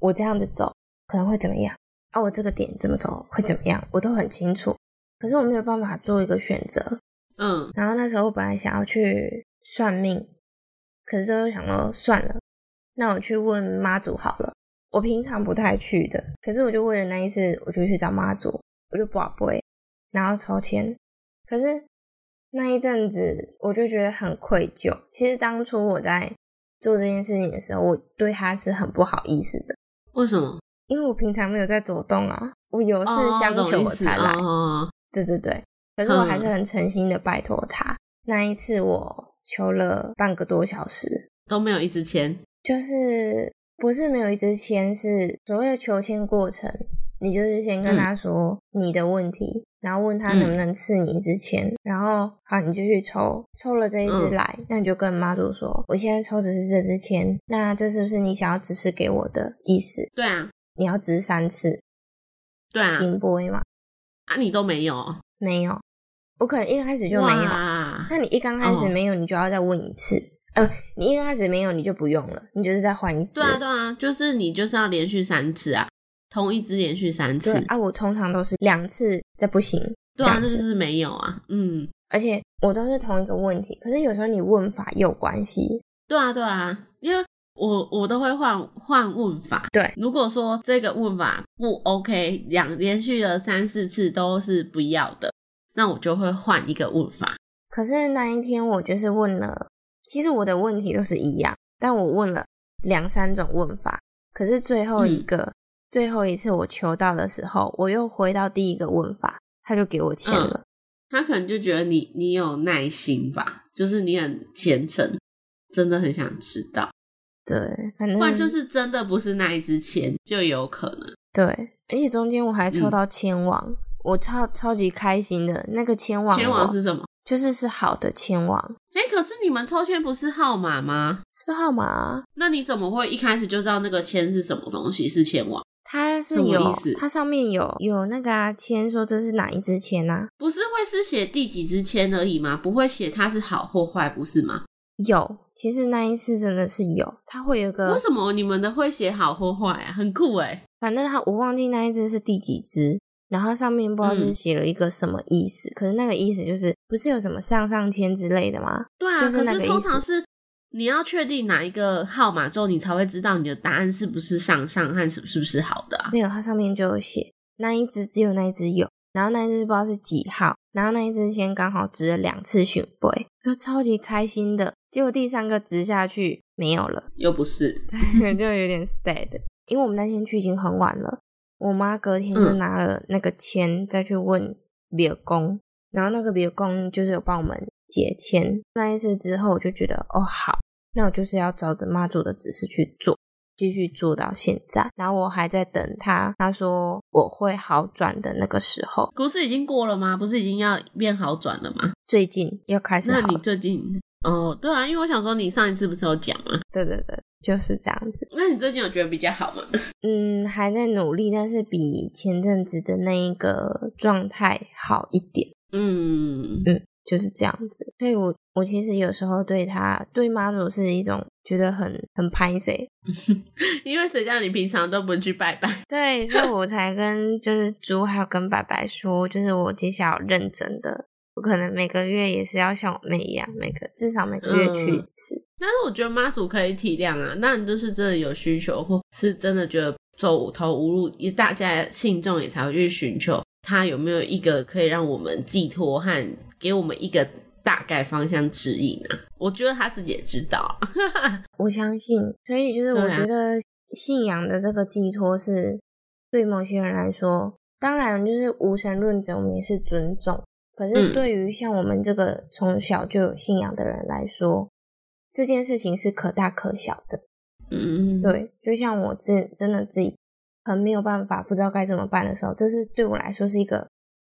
Speaker 2: 我这样子走可能会怎么样啊？我这个点怎么走会怎么样？我都很清楚，可是我没有办法做一个选择。
Speaker 1: 嗯
Speaker 2: 然后那时候我本来想要去算命，可是最后想说算了，那我去问妈祖好了。我平常不太去的，可是我就为了那一次，我就去找妈祖，我就卜龟，然后抽签。可是那一阵子，我就觉得很愧疚。其实当初我在做这件事情的时候，我对他是很不好意思的，
Speaker 1: 为什么？
Speaker 2: 因为我平常没有在走动啊，我有事
Speaker 1: 哦
Speaker 2: 相
Speaker 1: 懂
Speaker 2: 求
Speaker 1: 意
Speaker 2: 我
Speaker 1: 思
Speaker 2: 才来。
Speaker 1: 哦，
Speaker 2: 对对对，可是我还是
Speaker 1: 嗯
Speaker 2: 很诚心的拜托他。那一次我求了半个多小时，
Speaker 1: 都没有一支签。
Speaker 2: 就是不是没有一支签，是所谓的求签过程，你就是
Speaker 1: 嗯
Speaker 2: 先跟他说你的问题，然后问他能不能赐你一支签，然后好你就去抽，抽了这一支
Speaker 1: 嗯
Speaker 2: 来，那你就跟妈祖说，我现在抽的是这支签，那这是不是你想要指示给我的意思？
Speaker 1: 对啊，
Speaker 2: 你要指三次，
Speaker 1: 对啊，
Speaker 2: 行不会吗？
Speaker 1: 啊你都没有，
Speaker 2: 没有，我可能一开始就没有。
Speaker 1: 哇
Speaker 2: 那你一刚开始
Speaker 1: 哦
Speaker 2: 没有，你就要再问一次。呃，你一刚开始没有，你就不用了，你就是再换一次。
Speaker 1: 对啊，对啊，就是你就是要连续三次啊，同一支连续三次
Speaker 2: 对，啊，我通常都是两次再不行，
Speaker 1: 对
Speaker 2: 这
Speaker 1: 啊，
Speaker 2: 样
Speaker 1: 那就
Speaker 2: 子。
Speaker 1: 是没有啊，嗯，
Speaker 2: 而且我都是同一个问题，可是有时候你问法也有关系。
Speaker 1: 对啊，对啊，因为我我都会换换问法，
Speaker 2: 对
Speaker 1: 如果说这个问法不 OK，两连续了三四次都是不要的，那我就会换一个问法，
Speaker 2: 可是那一天我就是问了，其实我的问题都是一样，但我问了两三种问法，可是最后
Speaker 1: 嗯
Speaker 2: 一个、最后一次我求到的时候，我又回到第一个问法，他就给我签
Speaker 1: 嗯
Speaker 2: 了。
Speaker 1: 他可能就觉得你你有耐心吧，就是你很虔诚，真的很想知道，
Speaker 2: 对，反正嗯
Speaker 1: 不然就是真的不是那一支签就有可能，
Speaker 2: 对，而且中间我还
Speaker 1: 嗯
Speaker 2: 抽到千王，我超超级开心的。那个千王，
Speaker 1: 前往是什么？
Speaker 2: 就是是好的千王，
Speaker 1: 哎、可是你们抽签不是号码吗？
Speaker 2: 是号码啊、
Speaker 1: 那你怎么会一开始就知道那个签是什么东西？是前往？
Speaker 2: 它是
Speaker 1: 什么
Speaker 2: 有
Speaker 1: 意思，
Speaker 2: 它上面有有那个啊签，说这是哪一支签啊？
Speaker 1: 不是会是写第几支签而已吗？不会写它是好或坏，不是吗？
Speaker 2: 有，其实那一次真的是有，它会有个
Speaker 1: 为，什么你们的会写好或坏啊？很酷哎、
Speaker 2: 反正它我忘记那一支是第几支，然后上面不知道是
Speaker 1: 嗯
Speaker 2: 写了一个什么意思，可是那个意思就是不是有什么上上签之类的吗？
Speaker 1: 对啊，
Speaker 2: 就是那
Speaker 1: 可是
Speaker 2: 个意
Speaker 1: 通
Speaker 2: 思
Speaker 1: 常是你要确定哪一个号码之后，你才会知道你的答案是不是上上和是是不是好的啊？
Speaker 2: 没有，它上面就有写那一只只有那一只有，然后那一只不知道是几号，然后那一只先刚好值了两次巡回，就超级开心的。结果第三个值下去没有了，
Speaker 1: 又不是，
Speaker 2: 就有点 sad。因为我们那天去已经很晚了，我妈隔天就
Speaker 1: 嗯
Speaker 2: 拿了那个签再去问别公，然后那个别公就是有帮我们解签。那一次之后，我就觉得哦好，那我就是要照着妈祖的指示去做。继续做到现在，然后我还在等他，他说我会好转的那个时候，
Speaker 1: 股市已经过了吗？不是已经要变好转了吗？
Speaker 2: 最近要开始
Speaker 1: 那
Speaker 2: 好
Speaker 1: 你
Speaker 2: 了，
Speaker 1: 最近哦，对啊，因为我想说你上一次不是有讲吗？
Speaker 2: 对对对，就是这样子。
Speaker 1: 那你最近有觉得比较好吗？
Speaker 2: 嗯，还在努力，但是比前阵子的那一个状态好一点，
Speaker 1: 嗯，
Speaker 2: 就是这样子。所以我我其实有时候对他对妈祖是一种觉得很很拍谁，
Speaker 1: 因为谁叫你平常都不去拜拜？
Speaker 2: 对，所以我才跟就是猪还有跟白白说，就是我接下来要认真的，我可能每个月也是要像我妹一样，每个至少每个月去一
Speaker 1: 嗯
Speaker 2: 次。
Speaker 1: 但是我觉得妈祖可以体谅啊，那你就是真的有需求，或是真的觉得走投无路，也大家信众也才会去寻求他有没有一个可以让我们寄托和给我们一个大概方向指引啊。我觉得他自己也知道啊，
Speaker 2: 我相信，所以就是
Speaker 1: 对啊
Speaker 2: 我觉得信仰的这个寄托是对某些人来说，当然就是无神论者，我们也是尊重。可是
Speaker 1: 嗯
Speaker 2: 对于像我们这个从小就有信仰的人来说，这件事情是可大可小的。
Speaker 1: 嗯，，
Speaker 2: 对，就像我自真的自己很没有办法，不知道该怎么办的时候，这是对我来说是一个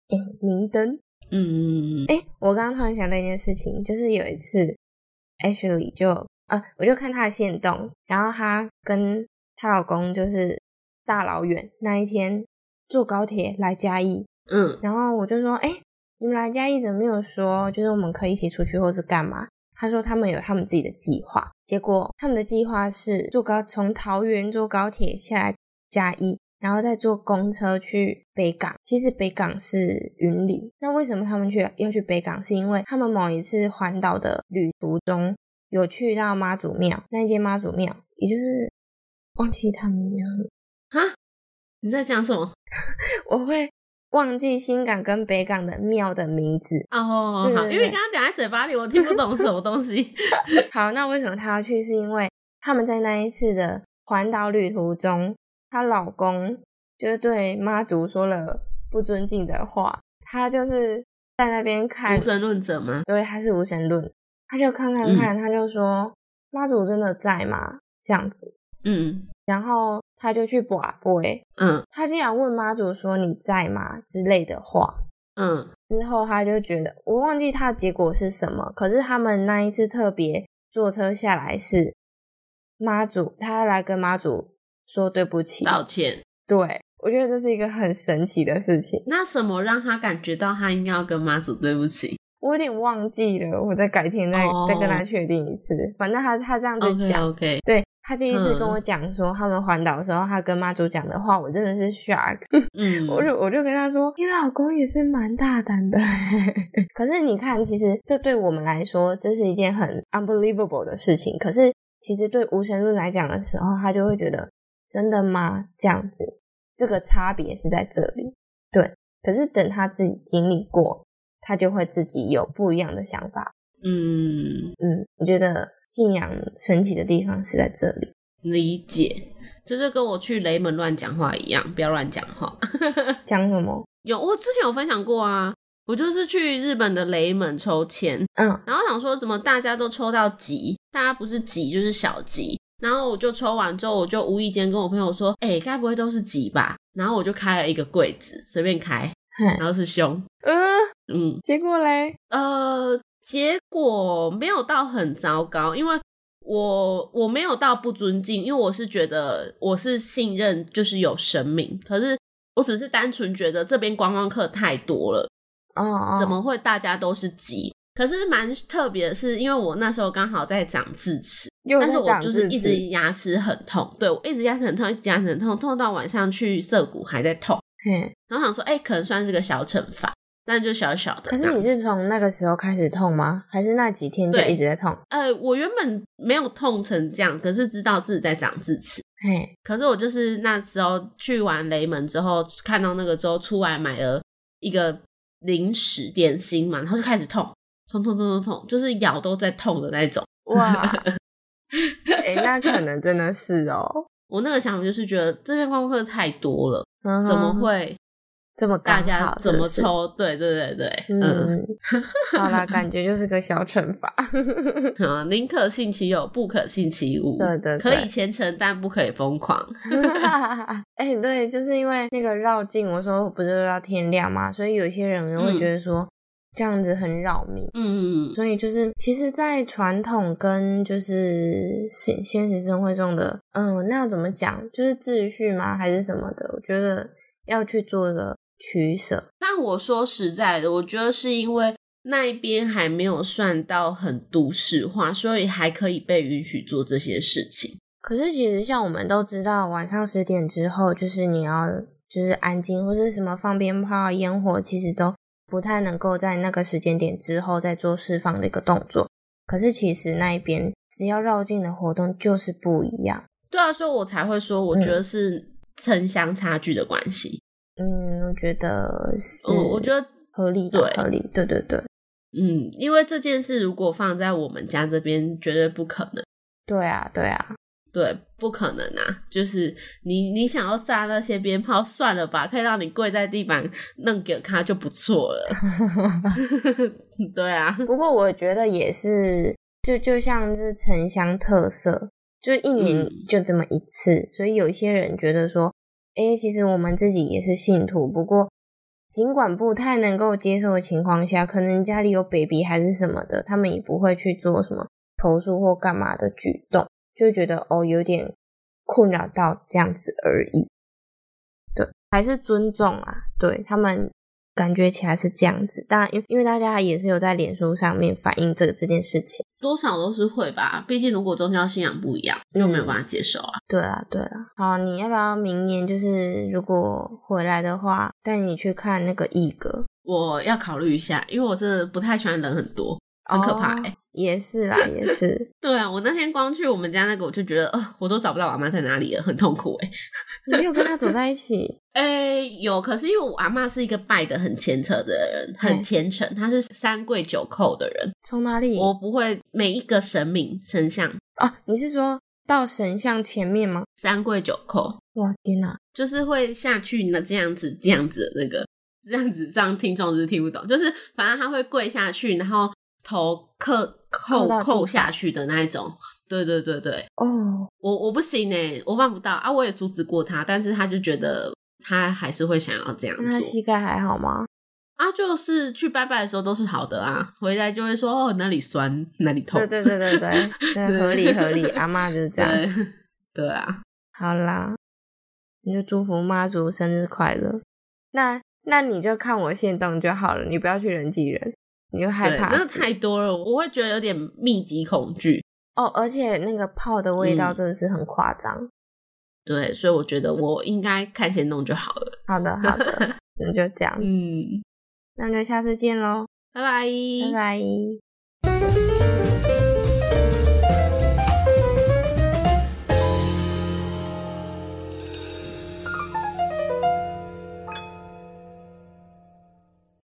Speaker 2: 诶明灯。
Speaker 1: 嗯，
Speaker 2: 哎、我刚刚突然想到一件事情，就是有一次 Ashley 就啊，我就看她的线动，然后她跟她老公就是大老远那一天坐高铁来嘉义，
Speaker 1: 嗯，
Speaker 2: 然后我就说，哎、你们来嘉义怎么没有说，就是我们可以一起出去或是干嘛？她说他们有他们自己的计划，结果他们的计划是坐高从桃园坐高铁下来嘉义，然后再坐公车去北港。其实北港是云林，那为什么他们去要去北港？是因为他们某一次环岛的旅途中有去到妈祖庙，那一间妈祖庙，也就是忘记他名字叫什么，
Speaker 1: 你在讲什么？
Speaker 2: 我会忘记新港跟北港的庙的名字。
Speaker 1: 哦，
Speaker 2: 对对
Speaker 1: 好，
Speaker 2: 对
Speaker 1: 因为刚刚讲在嘴巴里，我听不懂什么东 西。
Speaker 2: 好，那为什么她要去？是因为他们在那一次的环岛旅途中，她老公就是对妈祖说了不尊敬的话，她就是在那边看
Speaker 1: 无，神论者吗？
Speaker 2: 对，她是无神论，她就看看看，她就说妈祖真的在吗？这样子，
Speaker 1: 嗯
Speaker 2: 然后她就去卜龟，
Speaker 1: 嗯
Speaker 2: 她竟然问妈祖说你在吗之类的话，
Speaker 1: 嗯
Speaker 2: 之后他就觉得，我忘记他的结果是什么。可是他们那一次特别坐车下来是妈祖，他来跟妈祖说对不起。
Speaker 1: 道歉。
Speaker 2: 对，我觉得这是一个很神奇的事情，
Speaker 1: 那什么让他感觉到他应该要跟妈祖对不起？
Speaker 2: 我有点忘记了，我再改天再、
Speaker 1: 哦
Speaker 2: 再跟他确定一次。反正他他这样子
Speaker 1: OK
Speaker 2: 讲
Speaker 1: OK，
Speaker 2: 哦对啊他第一次跟
Speaker 1: 嗯
Speaker 2: 我讲说他们环岛的时候，他跟妈祖讲的话，我真的是 shock。
Speaker 1: 嗯，
Speaker 2: 我就我就跟他说，你老公也是蛮大胆的。 可是你看，其实这对我们来说，这是一件很 unbelievable 的事情。可是其实对无神论来讲的时候，他就会觉得真的吗？这样子，这个差别是在这里。对，可是等他自己经历过，他就会自己有不一样的想法。
Speaker 1: 嗯
Speaker 2: 嗯，我觉得信仰神奇的地方是在这里。
Speaker 1: 理解，这就跟我去雷门乱讲话一样，不要乱讲话。
Speaker 2: 讲什么？
Speaker 1: 有我之前有分享过啊，我就是去日本的雷门抽签，
Speaker 2: 嗯
Speaker 1: 然后想说怎么大家都抽到吉，大家不是吉就是小吉。然后我就抽完之后，我就无意间跟我朋友说：“哎、该不会都是吉吧？”然后我就开了一个柜子，随便开，
Speaker 2: 哼，
Speaker 1: 然后是胸，
Speaker 2: 呃，
Speaker 1: 嗯，
Speaker 2: 结果嘞，
Speaker 1: 呃，结果没有到很糟糕，因为我我没有到不尊敬，因为我是觉得我是信任，就是有神明，可是我只是单纯觉得这边观光客太多了，
Speaker 2: 哦哦，
Speaker 1: 怎么会大家都是鸡？可是蛮特别的是，因为我那时候刚好在长智齿，
Speaker 2: 又
Speaker 1: 但是
Speaker 2: 在
Speaker 1: 我
Speaker 2: 长
Speaker 1: 就是
Speaker 2: 智
Speaker 1: 一直
Speaker 2: 齿？
Speaker 1: 牙齿很痛，对我一直牙齿很痛，一直牙齿很痛，痛到晚上去涩谷还在痛。
Speaker 2: 嘿，
Speaker 1: 然后想说，哎、可能算是个小惩罚，但就小小的。
Speaker 2: 可是你是从那个时候开始痛吗？还是那几天就
Speaker 1: 对
Speaker 2: 一直在痛？
Speaker 1: 呃，我原本没有痛成这样，可是知道自己在长智齿。
Speaker 2: 嘿，
Speaker 1: 可是我就是那时候去完雷门之后，看到那个之后出来买了一个零食点心嘛，然后就开始痛，痛痛痛痛痛，就是咬都在痛的那种。
Speaker 2: 哇，哎、那可能真的是哦，
Speaker 1: 我那个想法就是觉得这边观光客太多了，
Speaker 2: 嗯
Speaker 1: 怎么
Speaker 2: 哼
Speaker 1: 会
Speaker 2: 这么
Speaker 1: 大
Speaker 2: 刚
Speaker 1: 家
Speaker 2: 好
Speaker 1: 怎么
Speaker 2: 是不是
Speaker 1: 抽？对对对对，嗯，
Speaker 2: 嗯， 好啦，感觉就是个小惩罚。
Speaker 1: 啊，宁可信其有，不可信其无。
Speaker 2: 对对对
Speaker 1: 可以虔诚，但不可以疯狂。
Speaker 2: 哎、对，就是因为那个绕境，我说不是到天亮嘛，所以有些人会觉得说、这样子很扰民。
Speaker 1: 嗯，
Speaker 2: 所以就是，其实，在传统跟就是现现实生活中的，嗯，那要怎么讲？就是秩序吗？还是什么的？我觉得要去做一个取舍。
Speaker 1: 但我说实在的，我觉得是因为那一边还没有算到很都市化，所以还可以被允许做这些事情。
Speaker 2: 可是其实像我们都知道，晚上十点之后，就是你要就是安静，或是什么放鞭炮啊、烟火，其实都不太能够在那个时间点之后再做释放的一个动作。可是其实那一边只要绕境的活动就是不一样。
Speaker 1: 对啊，所以我才会说，我觉得是城乡差距的关系。
Speaker 2: 嗯，我觉得是，
Speaker 1: 嗯，我觉得，
Speaker 2: 合理的，
Speaker 1: 对
Speaker 2: 合理，对对对，
Speaker 1: 嗯，因为这件事如果放在我们家这边，绝对不可能。
Speaker 2: 对啊，对啊，
Speaker 1: 对，不可能啊！就是你，你想要炸那些鞭炮，算了吧，可以让你跪在地板弄给他就不错了。 对啊，
Speaker 2: 不过我觉得也是，就就像是城乡特色，就一年
Speaker 1: 嗯
Speaker 2: 就这么一次，所以有一些人觉得说，诶，其实我们自己也是信徒，不过尽管不太能够接受的情况下，可能家里有 baby 还是什么的，他们也不会去做什么投诉或干嘛的举动，就觉得哦有点困扰到这样子而已。对，还是尊重啊，对他们感觉起来是这样子，但因因为大家也是有在脸书上面反映这个这件事情。
Speaker 1: 多少都是会吧。毕竟如果宗教信仰不一样，就没有办法接受啊。
Speaker 2: 对啊，对啊。好，你要不要明年就是如果回来的话，带你去看那个艺格？
Speaker 1: 我要考虑一下，因为我真的不太喜欢人很多，很可怕、欸。
Speaker 2: 哦也是啦，也是。
Speaker 1: 对啊，我那天光去我们家那个，我就觉得，呃，我都找不到我阿妈在哪里了，很痛苦哎、欸。
Speaker 2: 你没有跟他走在一起，
Speaker 1: 诶、有，可是因为我阿妈是一个拜的很虔诚的人，很
Speaker 2: 嗯
Speaker 1: 虔诚，她是三跪九叩的人。
Speaker 2: 从哪里？
Speaker 1: 我不会每一个神明神像
Speaker 2: 啊，你是说到神像前面吗？
Speaker 1: 三跪九叩，
Speaker 2: 哇，天哪！
Speaker 1: 就是会下去呢这样子这样子的那个这样子，这样听众就是听不懂，就是反正他会跪下去，然后头磕
Speaker 2: 扣
Speaker 1: 扣
Speaker 2: 到地
Speaker 1: 扣下去的那一种。对对对对，
Speaker 2: 哦，
Speaker 1: 我我不行呢、我办不到啊！我也阻止过他，但是他就觉得他还是会想要这样
Speaker 2: 那他膝
Speaker 1: 做
Speaker 2: 盖还好吗？
Speaker 1: 啊，就是去拜拜的时候都是好的啊，回来就会说哦哪里酸哪里痛
Speaker 2: 对，对对对 对，那合理合理，阿妈就是这样。
Speaker 1: 对 对啊，
Speaker 2: 好啦，你就祝福妈祖生日快乐。那那你就看我现动就好了，你不要去人挤人，你又害
Speaker 1: 对，
Speaker 2: 怕
Speaker 1: 真的
Speaker 2: 死
Speaker 1: 太多了，我会觉得有点密集恐惧。
Speaker 2: 哦。而且那个泡的味道
Speaker 1: 嗯
Speaker 2: 真的是很夸张。
Speaker 1: 对，所以我觉得我应该看先弄就好了。
Speaker 2: 好的好 的，那就这样，
Speaker 1: 嗯，
Speaker 2: 那就下次见喽，
Speaker 1: 拜拜，
Speaker 2: 拜拜。